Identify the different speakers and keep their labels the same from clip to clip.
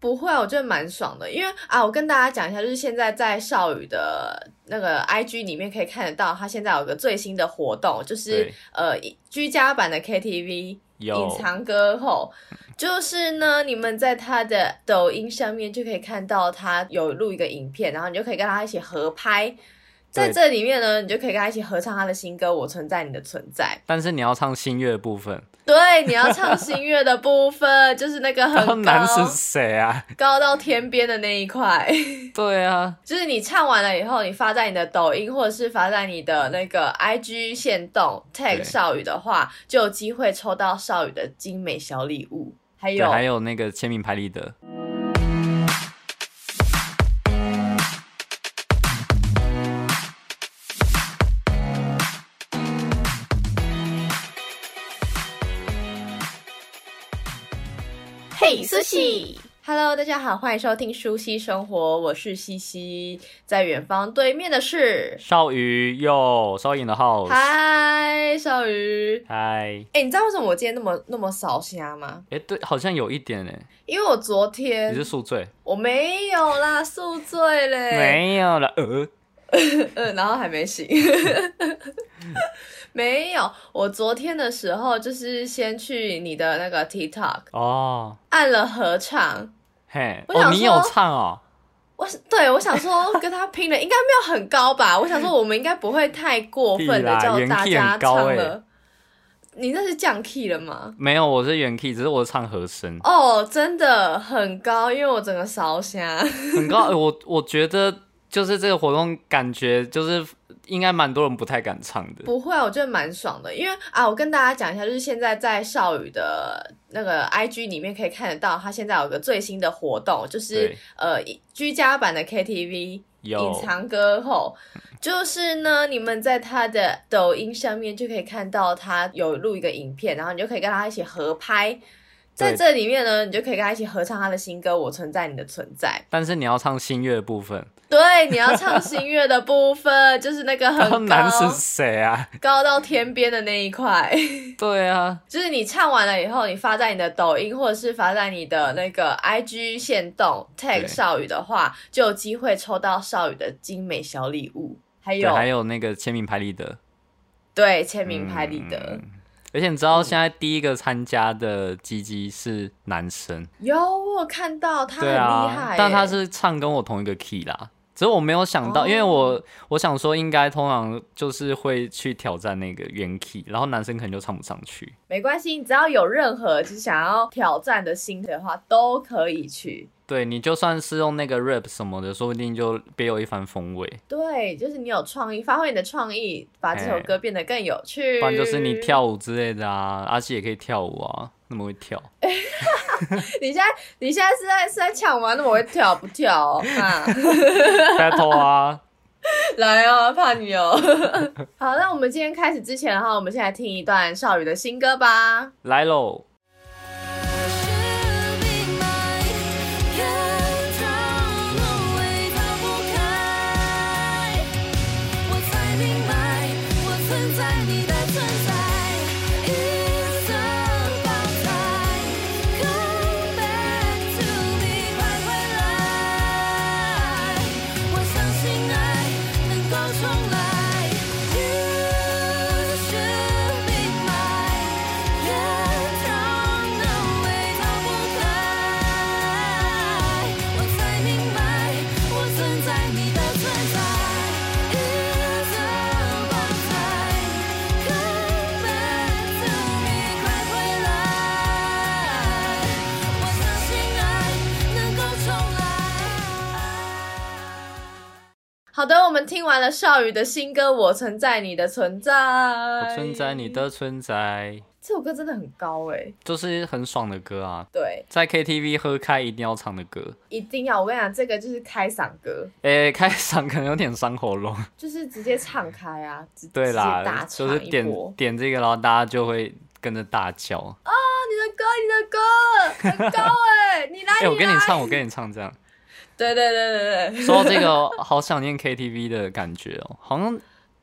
Speaker 1: 不会，啊我觉得蛮爽的，因为啊，我跟大家讲一下，就是现在在少宇的那个 IG 里面可以看得到，他现在有个最新的活动，就是
Speaker 2: 对
Speaker 1: 呃居家版的 KTV
Speaker 2: 有
Speaker 1: 隐藏歌后，就是呢，你们在他的抖音上面就可以看到他有录一个影片，然后你就可以跟他一起合拍，在
Speaker 2: 对
Speaker 1: 这里面呢，你就可以跟他一起合唱他的新歌《我存在你的存在》。
Speaker 2: 但是你要唱新月的部分，
Speaker 1: 对，你要唱新月的部分，就是那个
Speaker 2: 然后
Speaker 1: 很高
Speaker 2: 男是 谁啊？
Speaker 1: 高到天边的那一块，
Speaker 2: 对啊，
Speaker 1: 就是你唱完了以后，你发在你的抖音或者是发在你的那个 IG 线动 tag
Speaker 2: 对
Speaker 1: 少宇的话，就有机会抽到少宇的精美小礼物，还
Speaker 2: 对，
Speaker 1: 有
Speaker 2: 还有那个签名拍立得，
Speaker 3: 嘿，苏西，
Speaker 1: Hello，大家好，欢迎收听《舒西生活》，我是西西，在远方对面的是
Speaker 2: 少宇哟，少颖的 house，
Speaker 1: 嗨少宇。
Speaker 2: 嗨，
Speaker 1: 哎、你知道为什么我今天那么那么扫瞎吗？
Speaker 2: 哎，对，好像有一点哎，
Speaker 1: 因为我昨天
Speaker 2: 你是宿醉？
Speaker 1: 我没有啦，宿醉嘞，
Speaker 2: 没有了，呃，
Speaker 1: 嗯，然后还没醒。 没有，我昨天的时候就是先去你的那个 TikTok
Speaker 2: 哦，
Speaker 1: 按了合唱，
Speaker 2: 嘿，
Speaker 1: 我想
Speaker 2: 哦，你有
Speaker 1: 说
Speaker 2: 唱哦，
Speaker 1: 我是对我想说跟他拼的应该没有很高吧，我想说我们应该不会太过分
Speaker 2: 屁
Speaker 1: 的
Speaker 2: 啦
Speaker 1: 叫
Speaker 2: 原
Speaker 1: 大
Speaker 2: key
Speaker 1: 家
Speaker 2: 很高
Speaker 1: 唱
Speaker 2: 欸
Speaker 1: 了。你那是降 key 了吗？，
Speaker 2: 没有，我是原 key，只是我唱和声
Speaker 1: 哦、真的很高，因为我整个烧瞎。
Speaker 2: 很高，呃我我觉得就是这个活动感觉就是应该蛮多人不太敢唱的，
Speaker 1: 不会，我觉得蛮爽的，因为啊，我跟大家讲一下，就是现在在少宇的那个 IG 里面可以看得到，他现在有个最新的活动，就是
Speaker 2: 对
Speaker 1: 呃居家版的 KTV
Speaker 2: 有
Speaker 1: 隐藏歌后，就是呢，你们在他的抖音上面就可以看到他有录一个影片，然后你就可以跟他一起合拍。在
Speaker 2: 对
Speaker 1: 这里面呢，你就可以跟他一起合唱他的新歌《我存在你的存在》。
Speaker 2: 但是你要唱新月的部分，
Speaker 1: 对，你要唱新月的部分，就是那个
Speaker 2: 然后
Speaker 1: 很高
Speaker 2: 男是谁啊？
Speaker 1: 高到天边的那一块。
Speaker 2: 对啊，
Speaker 1: 就是你唱完了以后，你发在你的抖音或者是发在你的那个 IG 线动 tag
Speaker 2: 对
Speaker 1: 少宇的话，就有机会抽到少宇的精美小礼物，还
Speaker 2: 对，
Speaker 1: 有
Speaker 2: 还有那个签名拍立得，
Speaker 1: 对签名拍立得。
Speaker 2: 嗯而且你知道现在第一个参加的鸡鸡是男生，
Speaker 1: 有我有看到他很
Speaker 2: 对
Speaker 1: 厉
Speaker 2: 啊
Speaker 1: 害耶、，
Speaker 2: 但他是唱跟我同一个 key 啦。只是我没有想到，
Speaker 1: 哦
Speaker 2: 因为我我想说，应该通常就是会去挑战那个原 key，然后男生可能就唱不上去。
Speaker 1: 没关系，你只要有任何就是想要挑战的心的话，都可以去。
Speaker 2: 对你就算是用那个 rap 什么的，说不定就别有一番风味。
Speaker 1: 对，就是你有创意，发挥你的创意，把这首
Speaker 2: 哎
Speaker 1: 歌变得更有趣。
Speaker 2: 不然就是你，跳舞之类的啊，阿西也可以跳舞啊，那么会跳。
Speaker 1: 你现在你现在是在是在抢吗？那么我会跳不跳、哦、啊？
Speaker 2: battle 啊，
Speaker 1: 来啊，怕你哦！ 好，那我们今天开始之前的话，我们先来听一段少宇的新歌吧。
Speaker 2: 来喽！
Speaker 4: Should be mine，看到轮回逃不开，我才明白，我存在你的存在，It's about time，Come back to me，快回来，我相信爱能够重来。You should be mine，天堂的味逃不开，我才明白，我存在你的存在。It's about time，Come back to me，快回来，我相信爱能够重来。
Speaker 1: 好的，我们听完了少宇的新歌《我存在你的存在》，
Speaker 2: 我
Speaker 1: 我
Speaker 2: 存在你。的存在，
Speaker 1: 这首歌真的很高哎、
Speaker 2: 就是很爽的歌啊，
Speaker 1: 对，
Speaker 2: 在 KTV 喝开一定要唱的歌。
Speaker 1: 一定要我跟你讲，这个就是开嗓歌，
Speaker 2: 诶、开场可能有点伤喉咙。
Speaker 1: 就是直接唱开啊，直
Speaker 2: 对
Speaker 1: 直接大
Speaker 2: 啦，
Speaker 1: 唱
Speaker 2: 就是
Speaker 1: 一
Speaker 2: 点
Speaker 1: 波
Speaker 2: 点这个，然后大家就会跟着大叫。
Speaker 1: 啊，你的歌，你的歌很高 哎、你来，
Speaker 2: 诶、欸我跟你
Speaker 1: 来
Speaker 2: 唱，我跟你唱，这样。
Speaker 1: 对对对对对，
Speaker 2: 说到这个， 好想念 KTV 的感觉哦、好像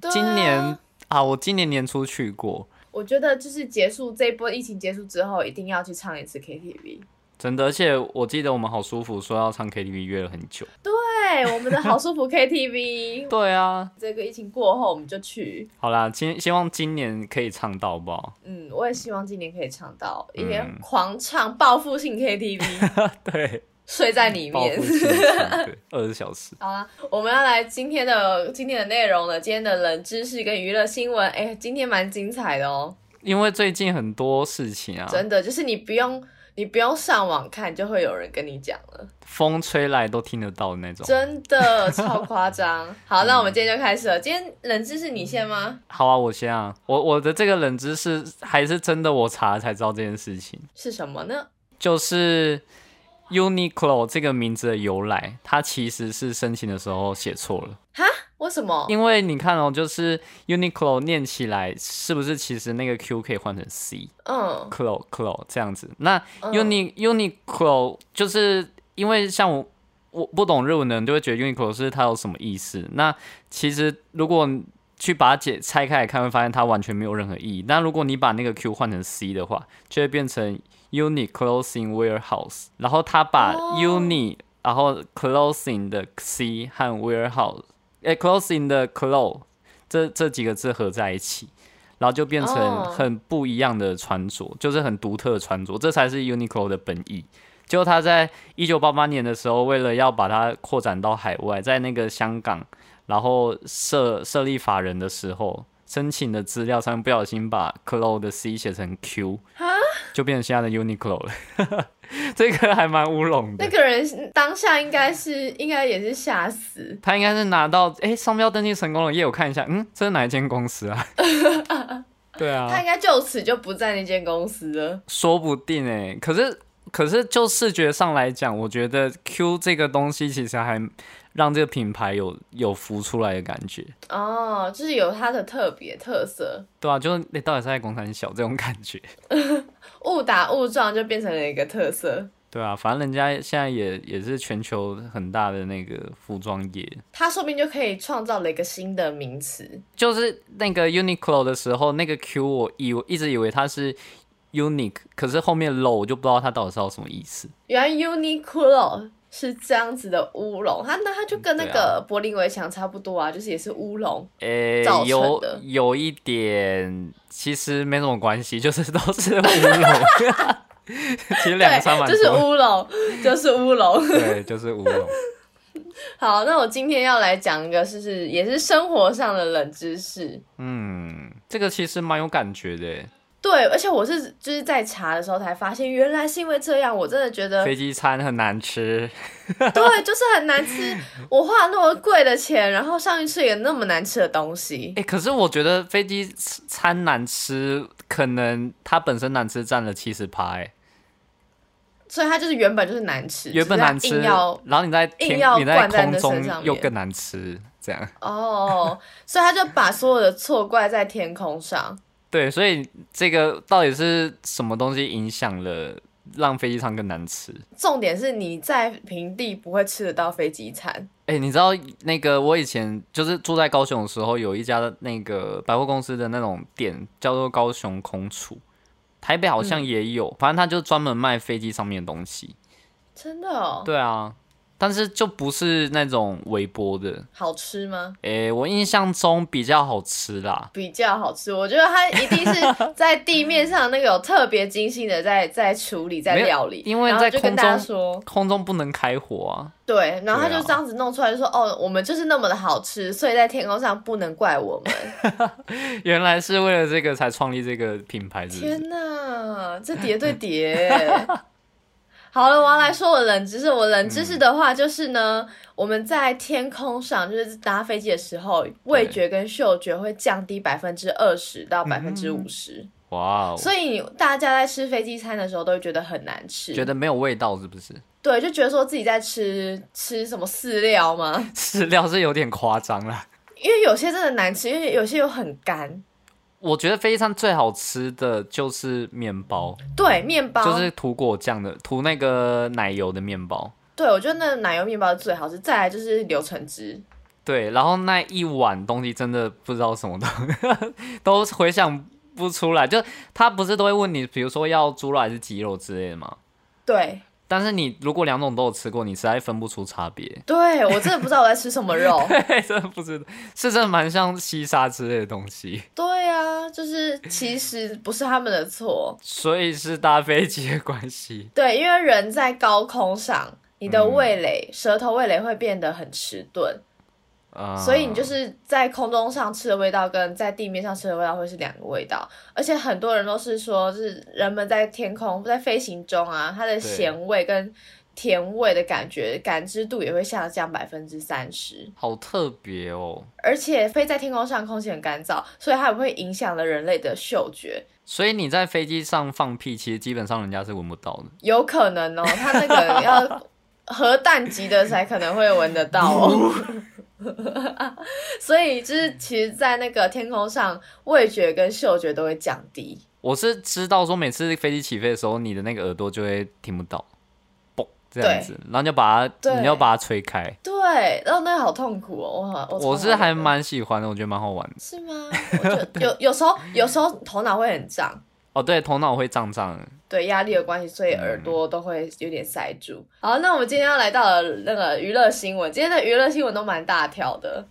Speaker 1: 对啊
Speaker 2: 今年啊我今年年初去过，
Speaker 1: 我觉得就是结束这一波疫情结束之后，一定要去唱一次 KTV。
Speaker 2: 真的，而且我记得我们好舒服，说要唱 KTV 约了很久。
Speaker 1: 对，我们的好舒 服 KTV，
Speaker 2: 对啊，
Speaker 1: 这个疫情过后我们就去。
Speaker 2: 好啦，今希望今年可以唱到，好不好？
Speaker 1: 嗯，我也希望今年可以唱到一
Speaker 2: 嗯
Speaker 1: 些狂唱报复性 KTV，
Speaker 2: 对，
Speaker 1: 睡在里
Speaker 2: 报
Speaker 1: 面
Speaker 2: 复。性唱对，二十小时。
Speaker 1: 好啦，我们要来今天的今天的内容了，今天的冷知识跟娱乐新闻，哎、今天蛮精彩的哦，
Speaker 2: 因为最近很多事情啊，
Speaker 1: 真的，就是你不用你不用上网看，就会有人跟你讲了，
Speaker 2: 风吹来都听得到的那种。
Speaker 1: 真的超夸 张。好，
Speaker 2: 嗯
Speaker 1: 那我们今天就开始了，今天冷知识你先吗？
Speaker 2: 好啊，我先啊，我我的这个冷知识还是真的，我查了才知道这件事情，
Speaker 1: 是什么呢？
Speaker 2: 就是 Uniqlo 这个名字的由来，它其实是申请的时候写错了，
Speaker 1: 为什么？
Speaker 2: 因为你看哦，就是 Uniqlo 念起来是不是其实那个 Q 可以换成 C？
Speaker 1: 嗯
Speaker 2: clo clo 这样子。那
Speaker 1: 嗯
Speaker 2: uni、uniqlo 就是因为像我我不懂日文的人就会觉得 uniqlo 是它有什么意思。那其实如果你去把它解拆开来看，会发现它完全没有任何意义。那如果你把那个 q 换成 c 的话，就会变成 uni clothing warehouse。然后它把
Speaker 1: 哦
Speaker 2: uni、然后 clothing 的 c 和 warehouse，哎、c l o t h i n g 的 clo 这这几个字合在一起，然后就变成
Speaker 1: 哦
Speaker 2: 很不一样的穿着就是很独特的穿着，这才是 Uniqlo 的本意。结果他在一九八八年的时候，为了要把它扩展到海外，在那个香港，然后设设立法人的时候，申请的资料上面不小心把 Clo 的 C 写成 Q，就变成现在的 Uniqlo 了。 这个还蛮乌龙
Speaker 1: 那
Speaker 2: 的。
Speaker 1: 个人当下应该是应该也是吓死，
Speaker 2: 他应该是拿到哎、商标登记成功了，也我看一下，嗯，这是哪一间公司啊？ 对啊，
Speaker 1: 他应该就此就不在那间公司了。
Speaker 2: 说不定哎、可是可是就视觉上来讲，我觉得 Q 这个东西其实还让这个品牌有有浮出来的感觉，啊
Speaker 1: 哦，就是有它的特别特色，
Speaker 2: 对啊，就是你、到底是在工厂小这种感觉，
Speaker 1: 误打误撞就变成了一个特色。
Speaker 2: 对啊，反正人家现在也也是全球很大的那个服装业。
Speaker 1: 它说不定就可以创造了一个新的名词。
Speaker 2: 就是那个 Uniqlo 的时候，那个 Q 我以为一直以为它是 unique，可是后面 low 我就不知道它到底是要什么意思。
Speaker 1: 原来 Uniqlo 是这样子的乌龙，它
Speaker 2: 嗯
Speaker 1: 那它就跟
Speaker 2: 啊
Speaker 1: 那个柏林围墙差不多啊，就是也是乌龙。
Speaker 2: 诶、
Speaker 1: 造成
Speaker 2: 有
Speaker 1: 的
Speaker 2: 有一点，其实没什么关系，就是都是乌龙， 其实两个差蛮
Speaker 1: 对，就
Speaker 2: 多
Speaker 1: 是
Speaker 2: 的。
Speaker 1: 乌龙， 就是乌龙。
Speaker 2: 对，就是乌龙。
Speaker 1: 好，那我今天要来讲一个，就是也是生活上的冷知识。
Speaker 2: 嗯，这个其实蛮有感觉的。
Speaker 1: 对，而且我是就是在查的时候才发现，原来是因为这样，我真的觉得
Speaker 2: 飞机餐很难吃，
Speaker 1: 对，就是很难吃。我花了那么贵的钱，然后上一次也那么难吃的东西
Speaker 2: 哎、。可是我觉得飞机餐难吃，可能它本身难吃占了七十趴，哎，
Speaker 1: 所以它就是原本就是难吃，
Speaker 2: 原本
Speaker 1: 只是它
Speaker 2: 难吃，
Speaker 1: 硬要
Speaker 2: 然后你在
Speaker 1: 硬
Speaker 2: 天
Speaker 1: 要
Speaker 2: 你在
Speaker 1: 灌在
Speaker 2: 空
Speaker 1: 那身
Speaker 2: 中
Speaker 1: 上
Speaker 2: 又
Speaker 1: 面
Speaker 2: 更难吃，这样。
Speaker 1: 哦，所以他就把所有的错怪在天空上。
Speaker 2: 对，所以这个到底是什么东西影响了让飞机餐更难吃？
Speaker 1: 重点是你在平地不会吃得到飞机餐，
Speaker 2: 哎、你知道那个我以前就是住在高雄的时候，有一家的那个百货公司的那种店叫做高雄空厨，台北好像
Speaker 1: 嗯
Speaker 2: 也有，反正它就专门卖飞机上面的东西。
Speaker 1: 真的哦，
Speaker 2: 对啊，但是就不是那种微波的。
Speaker 1: 好吃吗？
Speaker 2: 哎、我印象中比较好吃啦。
Speaker 1: 比较好吃，我觉得它一定是在地面上那个有特别精心的在在处理在
Speaker 2: 没有
Speaker 1: 料理，
Speaker 2: 因为
Speaker 1: 然后
Speaker 2: 在
Speaker 1: 就跟
Speaker 2: 空
Speaker 1: 大家
Speaker 2: 中
Speaker 1: 说，
Speaker 2: 空中不能开火啊。
Speaker 1: 对，然后他
Speaker 2: 对啊
Speaker 1: 就这样子弄出来就说，哦，我们就是那么的好吃，所以在天空上不能怪我们。
Speaker 2: 原来是为了这个才创立这个品牌， 是不是？
Speaker 1: 天呐，这叠对叠。好了，我要来说我冷知识。我冷知
Speaker 2: 嗯
Speaker 1: 识的话，就是呢，我们在天空上，就是搭飞机的时候，味觉跟嗅觉会降低百分之二十到百分之五十，
Speaker 2: 哇嗯哦！
Speaker 1: 所以大家在吃飞机餐的时候都会觉得很难吃，
Speaker 2: 觉得没有味道是不是？
Speaker 1: 对，就觉得说自己在吃吃什么饲料吗？
Speaker 2: 饲料是有点夸张啦。
Speaker 1: 因为有些真的难吃，因为有些又很干。
Speaker 2: 我觉得飞机餐最好吃的就是面包，
Speaker 1: 对，面包
Speaker 2: 就是涂果酱的，涂那个奶油的面包。
Speaker 1: 对我觉得那个奶油面包最好吃，再来就是柳橙汁。
Speaker 2: 对，然后那一碗东西真的 不知道什么东西，都回想不出来。就他不是都会问你，比如说要猪肉还是鸡肉之类的吗？
Speaker 1: 对
Speaker 2: 但是你如果两种都有吃过，你实在分不出差别。
Speaker 1: 对，我真的不知道我在吃什么肉。
Speaker 2: 嘿真的不知道，是真的蛮像西沙之类的东西，
Speaker 1: 对啊，就是其实不是他们的错，
Speaker 2: 所以是搭飞机的关系。
Speaker 1: 对，因为人在高空上，你
Speaker 2: 嗯
Speaker 1: 的味蕾、舌头味蕾会变得很迟钝，
Speaker 2: 呃，
Speaker 1: 所以你就是在空中上吃的味道跟在地面上吃的味道会是两个味道，而且很多人都是说，就是人们在天空在飞行中啊，它的
Speaker 2: 对
Speaker 1: 咸味跟甜味的感觉感知度也会下降百分之三十，
Speaker 2: 好特别哦。
Speaker 1: 而且飞在天空上空气很干燥，所以它也会影响了人类的嗅觉，
Speaker 2: 所以你在飞机上放屁，其实基本上人家是闻不到的。
Speaker 1: 有可 能哦，他那个要核弹级的才可能会闻得到哦。 所以就是，其实，在那个天空上，味觉跟嗅觉都会降低。
Speaker 2: 我是知道说每次飞机起飞的时候，你的那个耳朵就会听不到，嘣这样子，然后就把它，
Speaker 1: 对
Speaker 2: 你要把它吹开。
Speaker 1: 对，然后那个好痛苦哦，我好，
Speaker 2: 我
Speaker 1: 我
Speaker 2: 是还
Speaker 1: 蛮。
Speaker 2: 蛮喜欢的，我觉得蛮好玩的。
Speaker 1: 是吗？ 我就有有时候有时候头脑会很胀，
Speaker 2: 哦，对，头脑会胀胀的。
Speaker 1: 对压力的关系，所以耳
Speaker 2: 嗯
Speaker 1: 朵都会有点塞住。好，那我们今天要来到了那个娱乐新闻，今天的娱乐新闻都蛮大条的。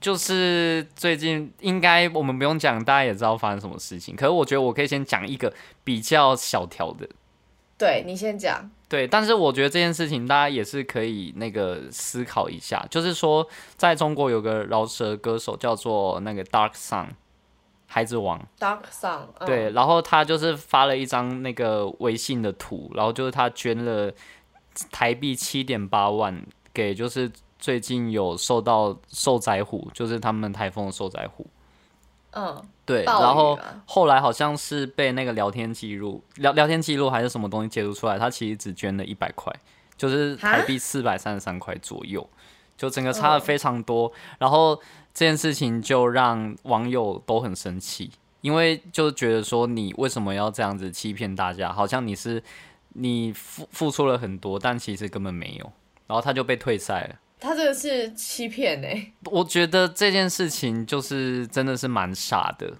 Speaker 2: 就是最近应该我们不用讲，大家也知道发生什么事情。可是我觉得我可以先讲一个比较小条的，
Speaker 1: 对你先讲，
Speaker 2: 对，但是我觉得这件事情大家也是可以那个思考一下，就是说，在中国有个饶舌歌手叫做那个 Dark Sun，孩子王，
Speaker 1: Dark Song，、嗯、
Speaker 2: 对，然后他就是发了一张那个微信的图，然后就是他捐了台币七点八万给就是最近有受到受灾户，就是他们台风的受灾户，
Speaker 1: 嗯，
Speaker 2: 对，
Speaker 1: 暴雨
Speaker 2: 然后
Speaker 1: 啊
Speaker 2: 后来好像是被那个聊天记录聊聊天记录还是什么东西解读出来，他其实只捐了一百块，就是台币四百三十三块左右，就整个差了非常多。然后这件事情就让网友都很生气，因为就觉得说你为什么要这样子欺骗大家，好像你是你付付出了很多，但其实根本没有。然后他就被退赛了。
Speaker 1: 他这个是欺骗哎、
Speaker 2: 我觉得这件事情就是真的是蛮傻的，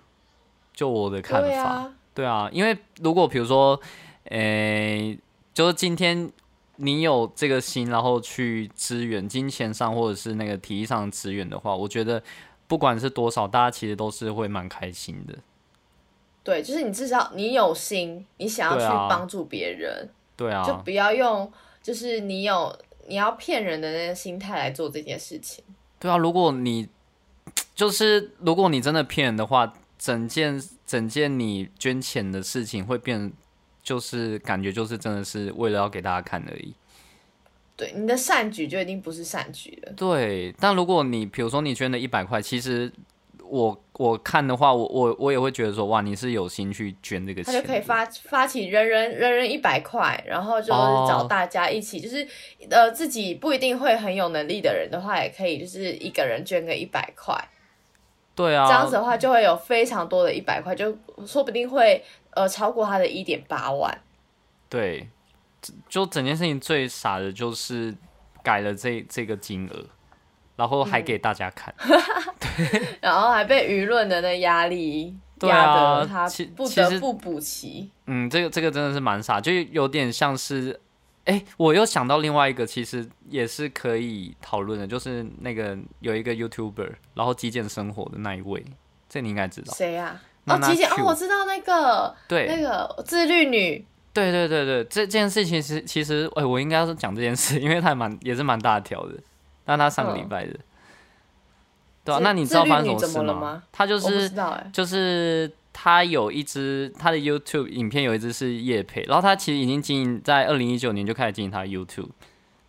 Speaker 2: 就我的看法。
Speaker 1: 对啊，
Speaker 2: 对啊，因为如果比如说，诶、就是今天你有这个心，然后去支援金钱上或者是那个体力上的支援的话，我觉得不管是多少，大家其实都是会蛮开心的。
Speaker 1: 对，就是你至少你有心，你想要
Speaker 2: 对
Speaker 1: 去
Speaker 2: 啊
Speaker 1: 帮助别人，
Speaker 2: 对
Speaker 1: 就
Speaker 2: 啊，
Speaker 1: 不要用就是你有你要骗人的那个心态来做这件事情。
Speaker 2: 对啊，如果你就是如果你真的骗人的话，整件整件你捐钱的事情会变，就是感觉就是真的是为了要给大家看而已。
Speaker 1: 对，你的善举就一定不是善举了。
Speaker 2: 对，但如果你比如说你捐了一百块，其实我我看的话，我我我也会觉得说，哇，你是有心去捐这个
Speaker 1: 他
Speaker 2: 钱
Speaker 1: 就
Speaker 2: 的，
Speaker 1: 可以发发起人人人人一百块，然后就是
Speaker 2: 哦
Speaker 1: 找大家一起就是呃自己不一定会很有能力的人的话，也可以就是一个人捐个一百块，
Speaker 2: 对啊，
Speaker 1: 这样子的话就会有非常多的一百块，就说不定会呃超过他的一点八万。
Speaker 2: 对，这就整件事情最傻的就是改了这这个金额，然后
Speaker 1: 嗯
Speaker 2: 还给大家看，
Speaker 1: 然后还被舆论的那压力
Speaker 2: 对啊
Speaker 1: 压得他
Speaker 2: 其
Speaker 1: 不
Speaker 2: 其
Speaker 1: 得
Speaker 2: 实
Speaker 1: 不补齐。
Speaker 2: 嗯，这个这个真的是蛮傻，就有点像是，哎、我又想到另外一个，其实也是可以讨论的，就是那个有一个 YouTuber，然后极简生活的那一位，这你应该知道，
Speaker 1: 谁呀、
Speaker 2: 娜
Speaker 1: 哦，
Speaker 2: 娜
Speaker 1: 极简哦
Speaker 2: Q，
Speaker 1: 我知道那个
Speaker 2: 对，
Speaker 1: 那个自律女，
Speaker 2: 对对对对，这这件事情其实其实，哎、我应该要讲这件事，因为它蛮也是蛮大条的，但它上个礼拜的，对
Speaker 1: 嗯
Speaker 2: 啊，
Speaker 1: 自
Speaker 2: 那你知道发
Speaker 1: 自
Speaker 2: 生什
Speaker 1: 律女
Speaker 2: 事
Speaker 1: 怎么了
Speaker 2: 吗
Speaker 1: 吗？
Speaker 2: 他就
Speaker 1: 我不
Speaker 2: 是
Speaker 1: 知道哎、
Speaker 2: 就是他有一支他的 YouTube 影片有一支是叶配，然后他其实已经经营在二零一九年就开始经营他的 YouTube，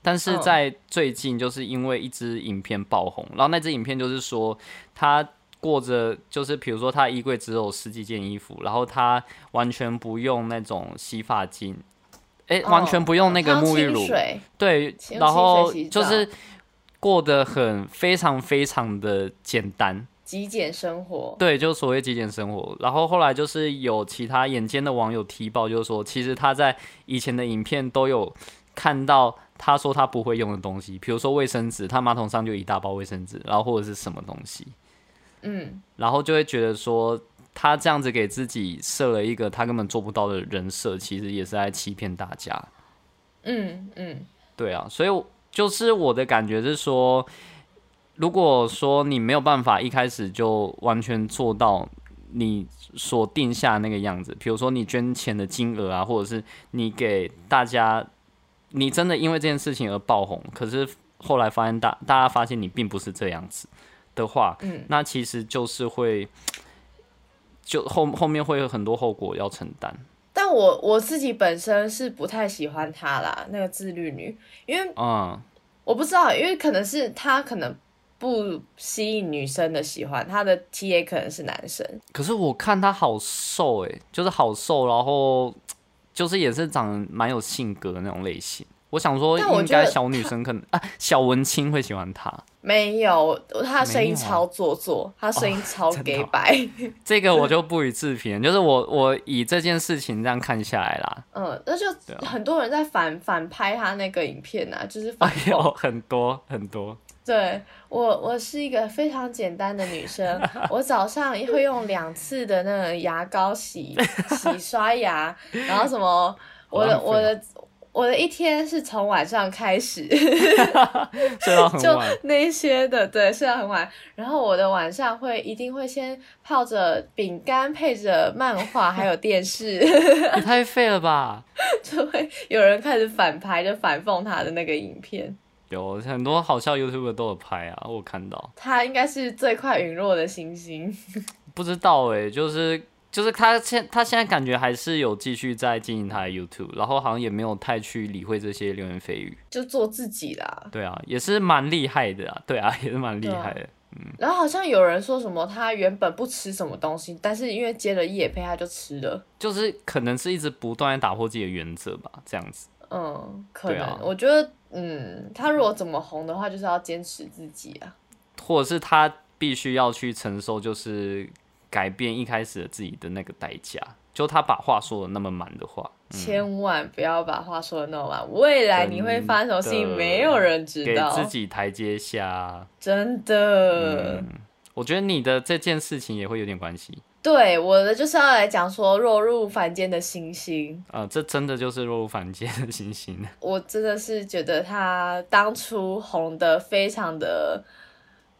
Speaker 2: 但是
Speaker 1: 嗯
Speaker 2: 在最近就是因为一支影片爆红，然后那支影片就是说他过着就是比如说他的衣柜只有十几件衣服，然后他完全不用那种洗发精，哎、
Speaker 1: 哦
Speaker 2: 完全不用那个沐浴
Speaker 1: 汤
Speaker 2: 乳
Speaker 1: 清，水
Speaker 2: 对，
Speaker 1: 清
Speaker 2: 然后
Speaker 1: 洗水洗
Speaker 2: 就
Speaker 1: 澡
Speaker 2: 是过得很非常非常的简单。
Speaker 1: 极简生活，
Speaker 2: 对，就所谓极简生活。然后后来就是有其他眼尖的网友踢爆，就是说，其实他在以前的影片都有看到他说他不会用的东西，比如说卫生纸，他马桶上就一大包卫生纸，然后或者是什么东西，
Speaker 1: 嗯，
Speaker 2: 然后就会觉得说，他这样子给自己设了一个他根本做不到的人设，其实也是在欺骗大家。
Speaker 1: 嗯嗯
Speaker 2: 对啊，所以我就是我的感觉是说，如果说你没有办法一开始就完全做到你所定下那个样子，比如说你捐钱的金额啊，或者是你给大家，你真的因为这件事情而爆红，可是后来发现大大家发现你并不是这样子的话，
Speaker 1: 嗯，
Speaker 2: 那其实就是会。就后后面会有很多后果要承担，
Speaker 1: 但我我自己本身是不太喜欢她啦，那个自律女，因为
Speaker 2: 嗯，
Speaker 1: 我不知道，因为可能是她可能不吸引女生的喜欢，她的 TA 可能是男生，
Speaker 2: 可是我看他好瘦哎、就是好瘦，然后就是也是长得蛮有性格的那种类型。我想说，
Speaker 1: 但我
Speaker 2: 应
Speaker 1: 觉得
Speaker 2: 该小女生可能 啊，小文青会喜欢他。
Speaker 1: 没有，她的声音
Speaker 2: 没有啊
Speaker 1: 超做作，她声音超
Speaker 2: 真的哦
Speaker 1: gay 白，
Speaker 2: 这个我就不予置评，就是我我以这件事情这样看下来 啦，
Speaker 1: 嗯，那就
Speaker 2: 对啊
Speaker 1: 很多人在反反拍她那个影片啊，就是反
Speaker 2: 哎呦，很多很多，
Speaker 1: 对我，我是一个非常简单的女生。我早上会用两次的那个牙膏洗洗刷牙，然后什么，我的
Speaker 2: 好浪费哦
Speaker 1: 我的我的一天是从晚上开始，
Speaker 2: 睡到很
Speaker 1: 就
Speaker 2: 晚。
Speaker 1: 那一些的，对，睡到很晚。然后我的晚上会一定会先泡着饼干，配着漫画，还有电视，
Speaker 2: 也太废了吧！
Speaker 1: 就会有人开始反排，就反讽他的那个影片。
Speaker 2: 有很多好笑 YouTube 都有拍啊，我有看到。
Speaker 1: 他应该是最快陨落的星星。
Speaker 2: 不知道哎、就是就是他现他现在感觉还是有继续在经营他的 YouTube，然后好像也没有太去理会这些流言蜚语。
Speaker 1: 就做自己啦，
Speaker 2: 对啊，也是蛮厉害的啊，对啊， 也是蛮厉害的。
Speaker 1: 然后好像有人说什么，他原本不吃什么东西，但是因为接了叶配，他就吃了。
Speaker 2: 就是可能是一直不断地打破自己的原则吧，这样子。
Speaker 1: 嗯，可能、
Speaker 2: 对啊
Speaker 1: 我觉得，嗯，他如果怎么红的话，就是要坚持自己啊。
Speaker 2: 或者是他必须要去承受，就是改变一开始的自己的那个代价。就他把话说的那么满的话，
Speaker 1: 千万不要把话说的那么满，未来啊你会发生什么事
Speaker 2: 真的
Speaker 1: 情，没有人知
Speaker 2: 给
Speaker 1: 道。
Speaker 2: 自己台阶下。
Speaker 1: 真的，
Speaker 2: 嗯我觉得你的这件事情也会有点关系。
Speaker 1: 对我的就是要来讲说落入凡间的星星，
Speaker 2: 呃，这真的就是落入凡间的星星。
Speaker 1: 我真的是觉得他当初红的非常的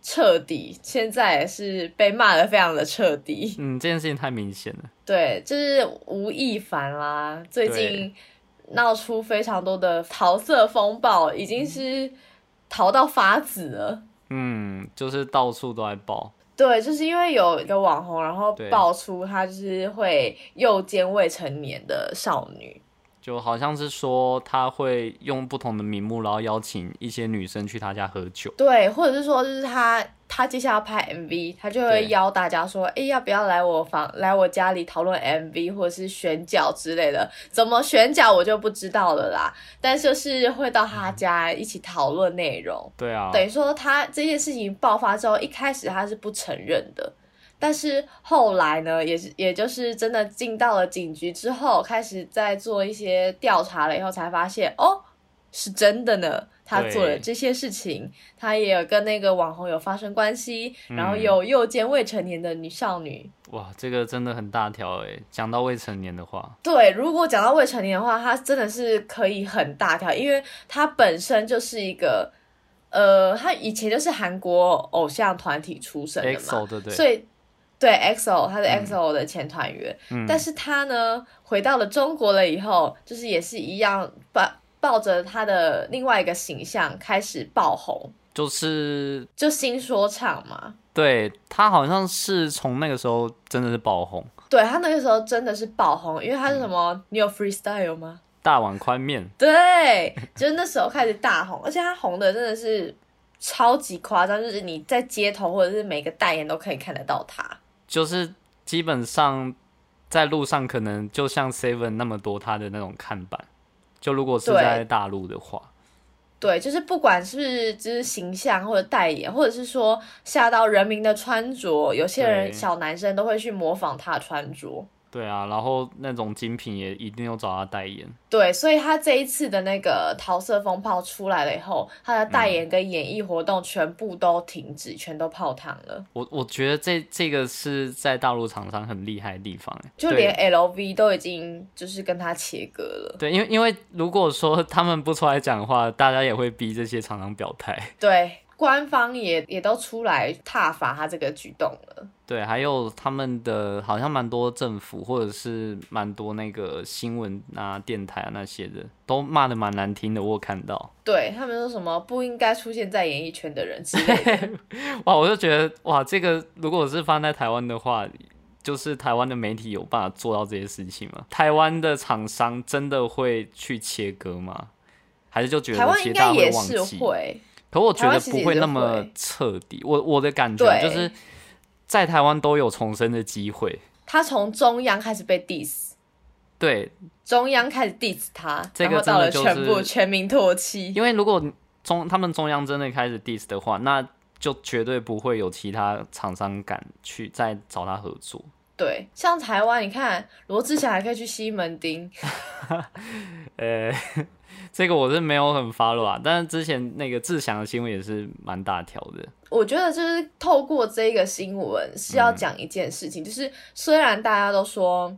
Speaker 1: 彻底，现在也是被骂的非常的彻底。
Speaker 2: 嗯，这件事情太明显了。
Speaker 1: 对，就是吴亦凡啦，最近闹出非常多的桃色风暴，已经是逃到发紫了。
Speaker 2: 嗯，就是到处都在爆。
Speaker 1: 对，就是因为有一个网红，然后
Speaker 2: 对
Speaker 1: 爆出他就是会诱奸未成年的少女。
Speaker 2: 就好像是说他会用不同的名目，然后邀请一些女生去他家喝酒。
Speaker 1: 对，或者是说，就是他他接下来要拍 MV，他就会
Speaker 2: 对
Speaker 1: 邀大家说，哎，要不要来我房来我家里讨论 MV 或者是选角之类的？怎么选角我就不知道了啦，但就是会到
Speaker 2: 嗯
Speaker 1: 他家一起讨论内容。
Speaker 2: 对啊，
Speaker 1: 等于说他这件事情爆发之后，一开始他是不承认的，但是后来呢，也是也就是真的进到了警局之后，开始在做一些调查了以后，才发现哦，是真的呢。他做了
Speaker 2: 对
Speaker 1: 这些事情，他也有跟那个网红有发生关系，然后
Speaker 2: 嗯
Speaker 1: 有诱奸未成年的女少女。
Speaker 2: 哇，这个真的很大条哎、讲到未成年的话，
Speaker 1: 对，如果讲到未成年的话，他真的是可以很大条，因为他本身就是一个，呃，他以前就是韩国偶像团体出身的
Speaker 2: EXO
Speaker 1: 嘛，
Speaker 2: 对不对
Speaker 1: 所以对 EXO 他是 EXO 的前团员，
Speaker 2: 嗯
Speaker 1: 但是他呢回到了中国了以后，就是也是一样抱抱着他的另外一个形象开始爆红，
Speaker 2: 就是
Speaker 1: 就新说唱嘛，
Speaker 2: 对他好像是从那个时候真的是爆红，
Speaker 1: 对他那个时候真的是爆红，因为他
Speaker 2: 嗯
Speaker 1: 是什么？你有 freestyle 吗？
Speaker 2: 大碗宽面。
Speaker 1: 对， 就是那时候开始大红，而且他红的真的是超级夸张，就是你在街头或者是每个代言都可以看得到他。
Speaker 2: 就是基本上在路上可能就像 Seven 那么多他的那种看板，就如果是
Speaker 1: 对
Speaker 2: 在大陆的话，
Speaker 1: 对，就是不管是不是就是形象或者代言，或者是说下到人民的穿着，有些人
Speaker 2: 对
Speaker 1: 小男生都会去模仿他的穿着。
Speaker 2: 对啊，然后那种精品也一定要找他代言。
Speaker 1: 对，所以他这一次的那个桃色风暴出来了以后，他的代言跟演艺活动全部都停止，全都泡汤了，
Speaker 2: 我我觉得这这个是在大陆厂商很厉害的地方，哎
Speaker 1: 就
Speaker 2: 对
Speaker 1: 连 LV 都已经就是跟他切割了。
Speaker 2: 对，因为因为如果说他们不出来讲话，大家也会逼这些厂商表态。
Speaker 1: 对，官方也也都出来挞伐他这个举动了。
Speaker 2: 对，还有他们的好像蛮多政府或者是蛮多那个新闻啊、电台啊那些的，都骂的蛮难听的，我有看到。
Speaker 1: 对他们说什么不应该出现在演艺圈的人之类 的，
Speaker 2: 哇，我就觉得哇，这个如果是放在台湾的话，就是台湾的媒体有办法做到这些事情吗？台湾的厂商真的会去切割吗？还是就觉
Speaker 1: 台
Speaker 2: 得
Speaker 1: 湾
Speaker 2: 其
Speaker 1: 应
Speaker 2: 实大
Speaker 1: 该
Speaker 2: 家会
Speaker 1: 也
Speaker 2: 忘
Speaker 1: 是
Speaker 2: 记？
Speaker 1: 会，
Speaker 2: 可我觉
Speaker 1: 台
Speaker 2: 得
Speaker 1: 湾其实
Speaker 2: 不
Speaker 1: 也
Speaker 2: 会
Speaker 1: 是
Speaker 2: 那么
Speaker 1: 会
Speaker 2: 彻底。我我的感觉
Speaker 1: 对
Speaker 2: 就是，在台湾都有重生的机会。
Speaker 1: 他从中央开始被 diss，
Speaker 2: 对，
Speaker 1: 中央开始 diss 他，
Speaker 2: 这个
Speaker 1: 然后到了
Speaker 2: 真的
Speaker 1: 全
Speaker 2: 就是
Speaker 1: 部全民唾弃。
Speaker 2: 因为如果中他们中央真的开始 diss 的话，那就绝对不会有其他厂商敢去再找他合作。
Speaker 1: 对，像台湾，你看罗志祥还可以去西门町，
Speaker 2: 呃，这个我是没有很 follow 啊，但是之前那个志祥的新闻也是蛮大条的。
Speaker 1: 我觉得就是透过这个新闻是要讲一件事情，就是虽然大家都说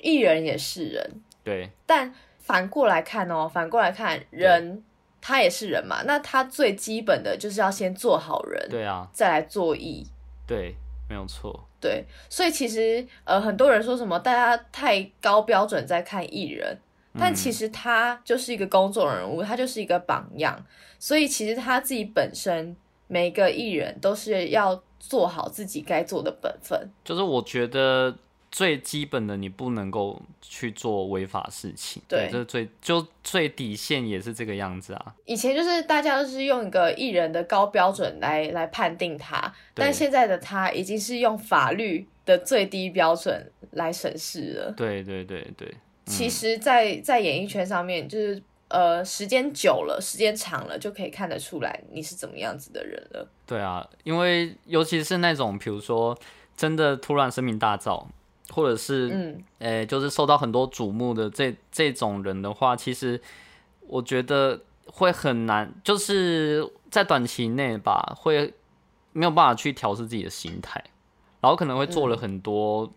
Speaker 1: 艺人也是人，
Speaker 2: 对，
Speaker 1: 但反过来看哦，反过来看人，他也是人嘛。那他最基本的就是要先做好人，
Speaker 2: 对啊，
Speaker 1: 再来做义。
Speaker 2: 对，没有错。
Speaker 1: 对，所以其实呃，很多人说什么大家太高标准在看艺人，但其实他就是一个公众人物，他就是一个榜样。所以其实他自己本身，每个艺人都是要做好自己该做的本分。
Speaker 2: 就是我觉得最基本的，你不能够去做违法事情。
Speaker 1: 对
Speaker 2: 这是最就最底线也是这个样子啊。
Speaker 1: 以前就是大家都是用一个艺人的高标准来来判定他，
Speaker 2: 对
Speaker 1: 但现在的他已经是用法律的最低标准来审视了。
Speaker 2: 对对对对，嗯
Speaker 1: 其实在，在演艺圈上面，就是呃，时间久了，时间长了，就可以看得出来你是怎么样子的人了。
Speaker 2: 对啊，因为尤其是那种，比如说真的突然声名大噪，或者是
Speaker 1: 嗯，
Speaker 2: 呃，就是受到很多瞩目的这这种人的话，其实我觉得会很难，就是在短期内吧，会没有办法去调试自己的心态，然后可能会做了
Speaker 1: 嗯
Speaker 2: 很多、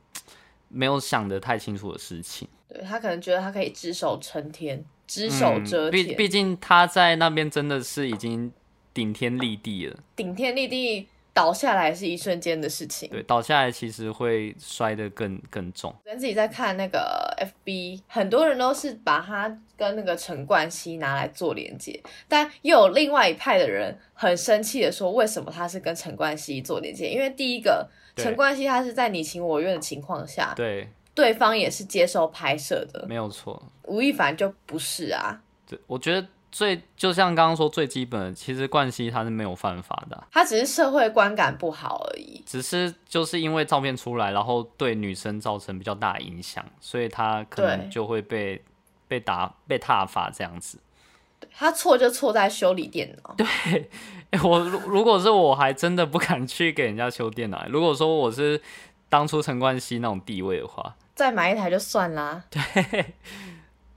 Speaker 2: 没有想得太清楚的事情。
Speaker 1: 对他可能觉得他可以只手撑天，只手遮
Speaker 2: 嗯毕
Speaker 1: 天，
Speaker 2: 毕竟他在那边真的是已经顶天立地了，
Speaker 1: 顶天立地，倒下来是一瞬间的事情。
Speaker 2: 对，倒下来其实会摔得更更重。
Speaker 1: 昨天自己在看那个 FB，很多人都是把他跟那个陈冠希拿来做连接，但又有另外一派的人很生气的说，为什么他是跟陈冠希做连接？因为第一个，
Speaker 2: 对
Speaker 1: 陈冠希他是在你情我愿的情况下，
Speaker 2: 对，
Speaker 1: 对方也是接受拍摄的，
Speaker 2: 没有错。
Speaker 1: 吴亦凡就不是啊，
Speaker 2: 对，我觉得最就像刚刚说最基本的，其实冠希他是没有犯法的啊、
Speaker 1: 他只是社会观感不好而已。
Speaker 2: 只是就是因为照片出来，然后对女生造成比较大的影响，所以他可能
Speaker 1: 对
Speaker 2: 就会被被打被踏伐这样子。
Speaker 1: 他错就错在修理电脑，
Speaker 2: 欸、我如如果是我还真的不敢去给人家修电脑。如果说我是当初陈冠希那种地位的话，
Speaker 1: 再买一台就算啦。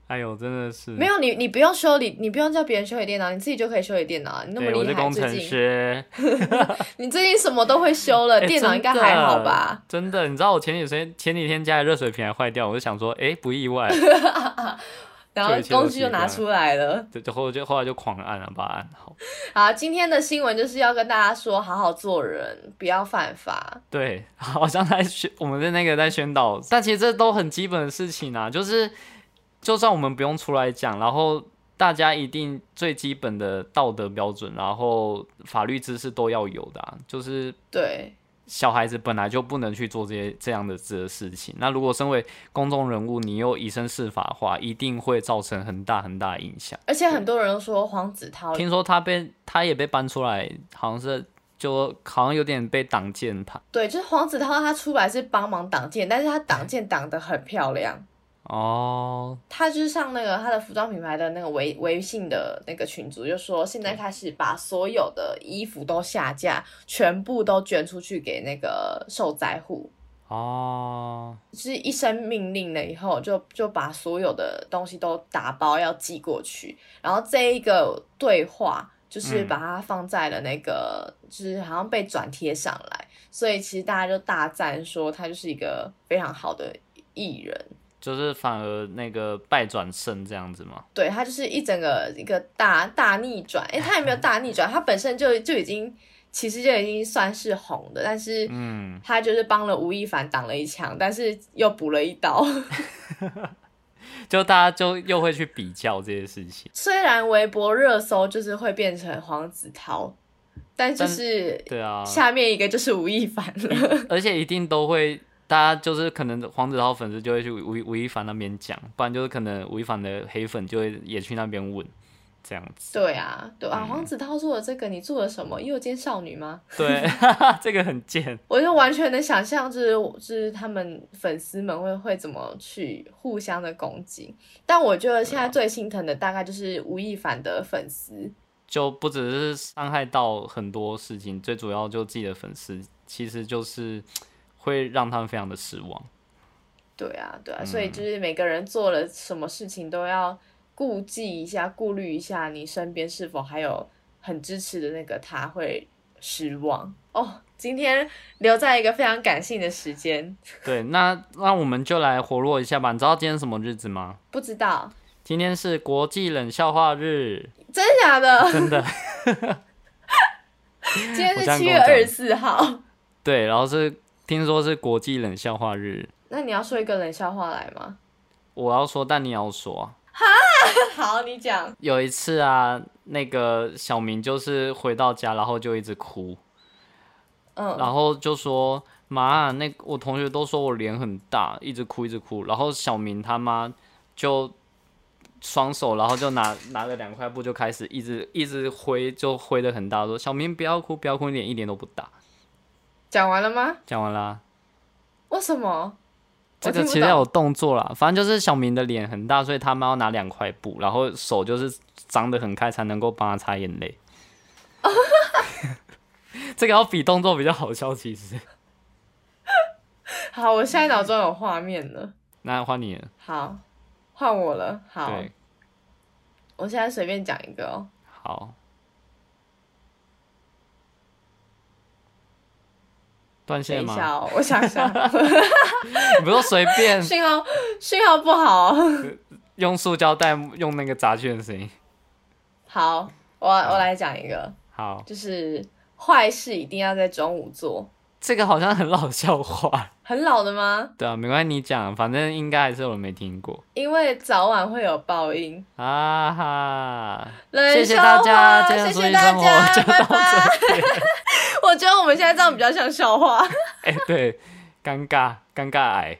Speaker 2: 哎呦，真的是
Speaker 1: 没有你，你不用修理，你不用叫别人修理电脑，你自己就可以修理电脑啊。你那么
Speaker 2: 对，我
Speaker 1: 厉
Speaker 2: 是
Speaker 1: 害，
Speaker 2: 工
Speaker 1: 最
Speaker 2: 程
Speaker 1: 近。
Speaker 2: 师，
Speaker 1: 你最近什么都会修了，
Speaker 2: 欸
Speaker 1: 电脑应该还好吧？？
Speaker 2: 真的真的，你知道我前几天前几天家的热水瓶还坏掉，我就想说，哎、不意外，
Speaker 1: 然后工具就拿出来了。
Speaker 2: 就就后就后来就狂按了，把它按好。
Speaker 1: 好，今天的新闻就是要跟大家说，好好做人，不要犯法。
Speaker 2: 对，好像在宣我们的那个在宣导，但其实这都很基本的事情啊，就是就算我们不用出来讲，然后大家一定最基本的道德标准，然后法律知识都要有的、啊，就是
Speaker 1: 对，
Speaker 2: 小孩子本来就不能去做这些这样的这事情。那如果身为公众人物，你又以身试法的话，一定会造成很大很大的影响。
Speaker 1: 而且很多人都说黄子韬
Speaker 2: 听说他被他也被搬出来，好像是就好像有点被挡箭牌。
Speaker 1: 对，就是黄子韬他出来是帮忙挡箭，但是他挡箭挡得很漂亮。
Speaker 2: 哦，
Speaker 1: 他就是上那个他的服装品牌的那个微微信的那个群组，就说现在开始把所有的衣服都下架，全部都捐出去给那个受灾户。
Speaker 2: 哦，
Speaker 1: 是一声命令了以后，就就把所有的东西都打包要寄过去，然后这一个对话就是
Speaker 2: 嗯
Speaker 1: 把它放在了那个，就是好像被转贴上来，所以其实大家就大赞说他就是一个非常好的艺人，
Speaker 2: 就是反而那个败转胜这样子嘛。
Speaker 1: 对他就是一整个一个大大逆转，诶，他也没有大逆转，他本身就就已经其实就已经算是红的，但是
Speaker 2: 嗯，
Speaker 1: 他就是帮了吴亦凡挡了一枪，但是又补了一刀。
Speaker 2: 就大家就又会去比较这些事情。
Speaker 1: 虽然微博热搜就是会变成黄子韬，但就是
Speaker 2: 对啊，嗯
Speaker 1: 下面一个就是吴亦凡了。
Speaker 2: 而且一定都会，大家就是可能黄子韬粉丝就会去吴吴亦凡那边讲，不然就是可能吴亦凡的黑粉就会也去那边问，这样 子。
Speaker 1: 对啊，对
Speaker 2: 嗯
Speaker 1: 啊，黄子韬做了这个，你做了什么？又奸少女吗？
Speaker 2: 对， 这个很贱。
Speaker 1: 我就完全能想象，就是就是他们粉丝们会会怎么去互相的攻击。但我觉得现
Speaker 2: 啊
Speaker 1: 在最心疼的大概就是吴亦凡的粉丝，
Speaker 2: 就不只是伤害到很多事情，最主要就自己的粉丝，其实就是会让他们非常的失望。
Speaker 1: 对啊，对啊，所以
Speaker 2: 嗯
Speaker 1: 就是每个人做了什么事情都要顾忌一下、顾虑一下，你身边是否还有很支持的那个他会失望哦。今天留在一个非常感性的时间，
Speaker 2: 对，那那我们就来活络一下吧。你知道今天什么日子吗？
Speaker 1: 不知道
Speaker 2: 今天是国际冷笑话日，
Speaker 1: 真的假的？
Speaker 2: 真的。
Speaker 1: 今天
Speaker 2: 我
Speaker 1: 是
Speaker 2: 这样
Speaker 1: 七
Speaker 2: 跟我
Speaker 1: 月
Speaker 2: 讲
Speaker 1: 二十四号，
Speaker 2: 对，然后是听说是国际冷笑话日，
Speaker 1: 那你要说一个冷笑话来吗？
Speaker 2: 我要说，但你要说啊。
Speaker 1: 好，你讲。
Speaker 2: 有一次啊，那个小明就是回到家，然后就一直哭，
Speaker 1: 嗯，
Speaker 2: 然后就说妈，那我同学都说我脸很大，一直哭一直哭。然后小明他妈就双手，然后就拿拿了两块布就开始一直一直挥，就挥的很大，说小明不要哭不要哭，你脸一点都不大。
Speaker 1: 讲完了吗？
Speaker 2: 讲完啦，
Speaker 1: 为什么？
Speaker 2: 这
Speaker 1: 我
Speaker 2: 个
Speaker 1: 听不
Speaker 2: 其实
Speaker 1: 懂
Speaker 2: 有动作啦，反正就是小明的脸很大，所以他妈要拿两块布，然后手就是张得很开才能够帮他擦眼泪。 这个要比动作比较好笑，其实。
Speaker 1: 好，我现在脑中有画面了。
Speaker 2: 那换你了，
Speaker 1: 好，换我了。好，
Speaker 2: 对，
Speaker 1: 我现在随便讲一个哦。
Speaker 2: 好。断
Speaker 1: 等
Speaker 2: 线
Speaker 1: 一
Speaker 2: 吗？
Speaker 1: 下哦，我想 一下，
Speaker 2: 你不是说随便
Speaker 1: 信号信号不好。哦
Speaker 2: 用塑胶袋用那个砸去的声音。
Speaker 1: 好，我我来讲一个，
Speaker 2: 好，
Speaker 1: 就是坏事一定要在中午做，
Speaker 2: 这个好像很老笑话。
Speaker 1: 很老的吗？
Speaker 2: 对啊，没关系，你讲，反正应该还是有人没听过
Speaker 1: 因为早晚会有报应。
Speaker 2: 啊哈。
Speaker 1: 冷
Speaker 2: 谢
Speaker 1: 笑
Speaker 2: 大家
Speaker 1: 话
Speaker 2: 今天
Speaker 1: 谢谢
Speaker 2: 的俗语
Speaker 1: 大
Speaker 2: 生
Speaker 1: 家，
Speaker 2: 活就
Speaker 1: 拜
Speaker 2: 到
Speaker 1: 拜。 我觉得我们现在这样比较像笑话。
Speaker 2: 哎、对，尴尬尴尬癌。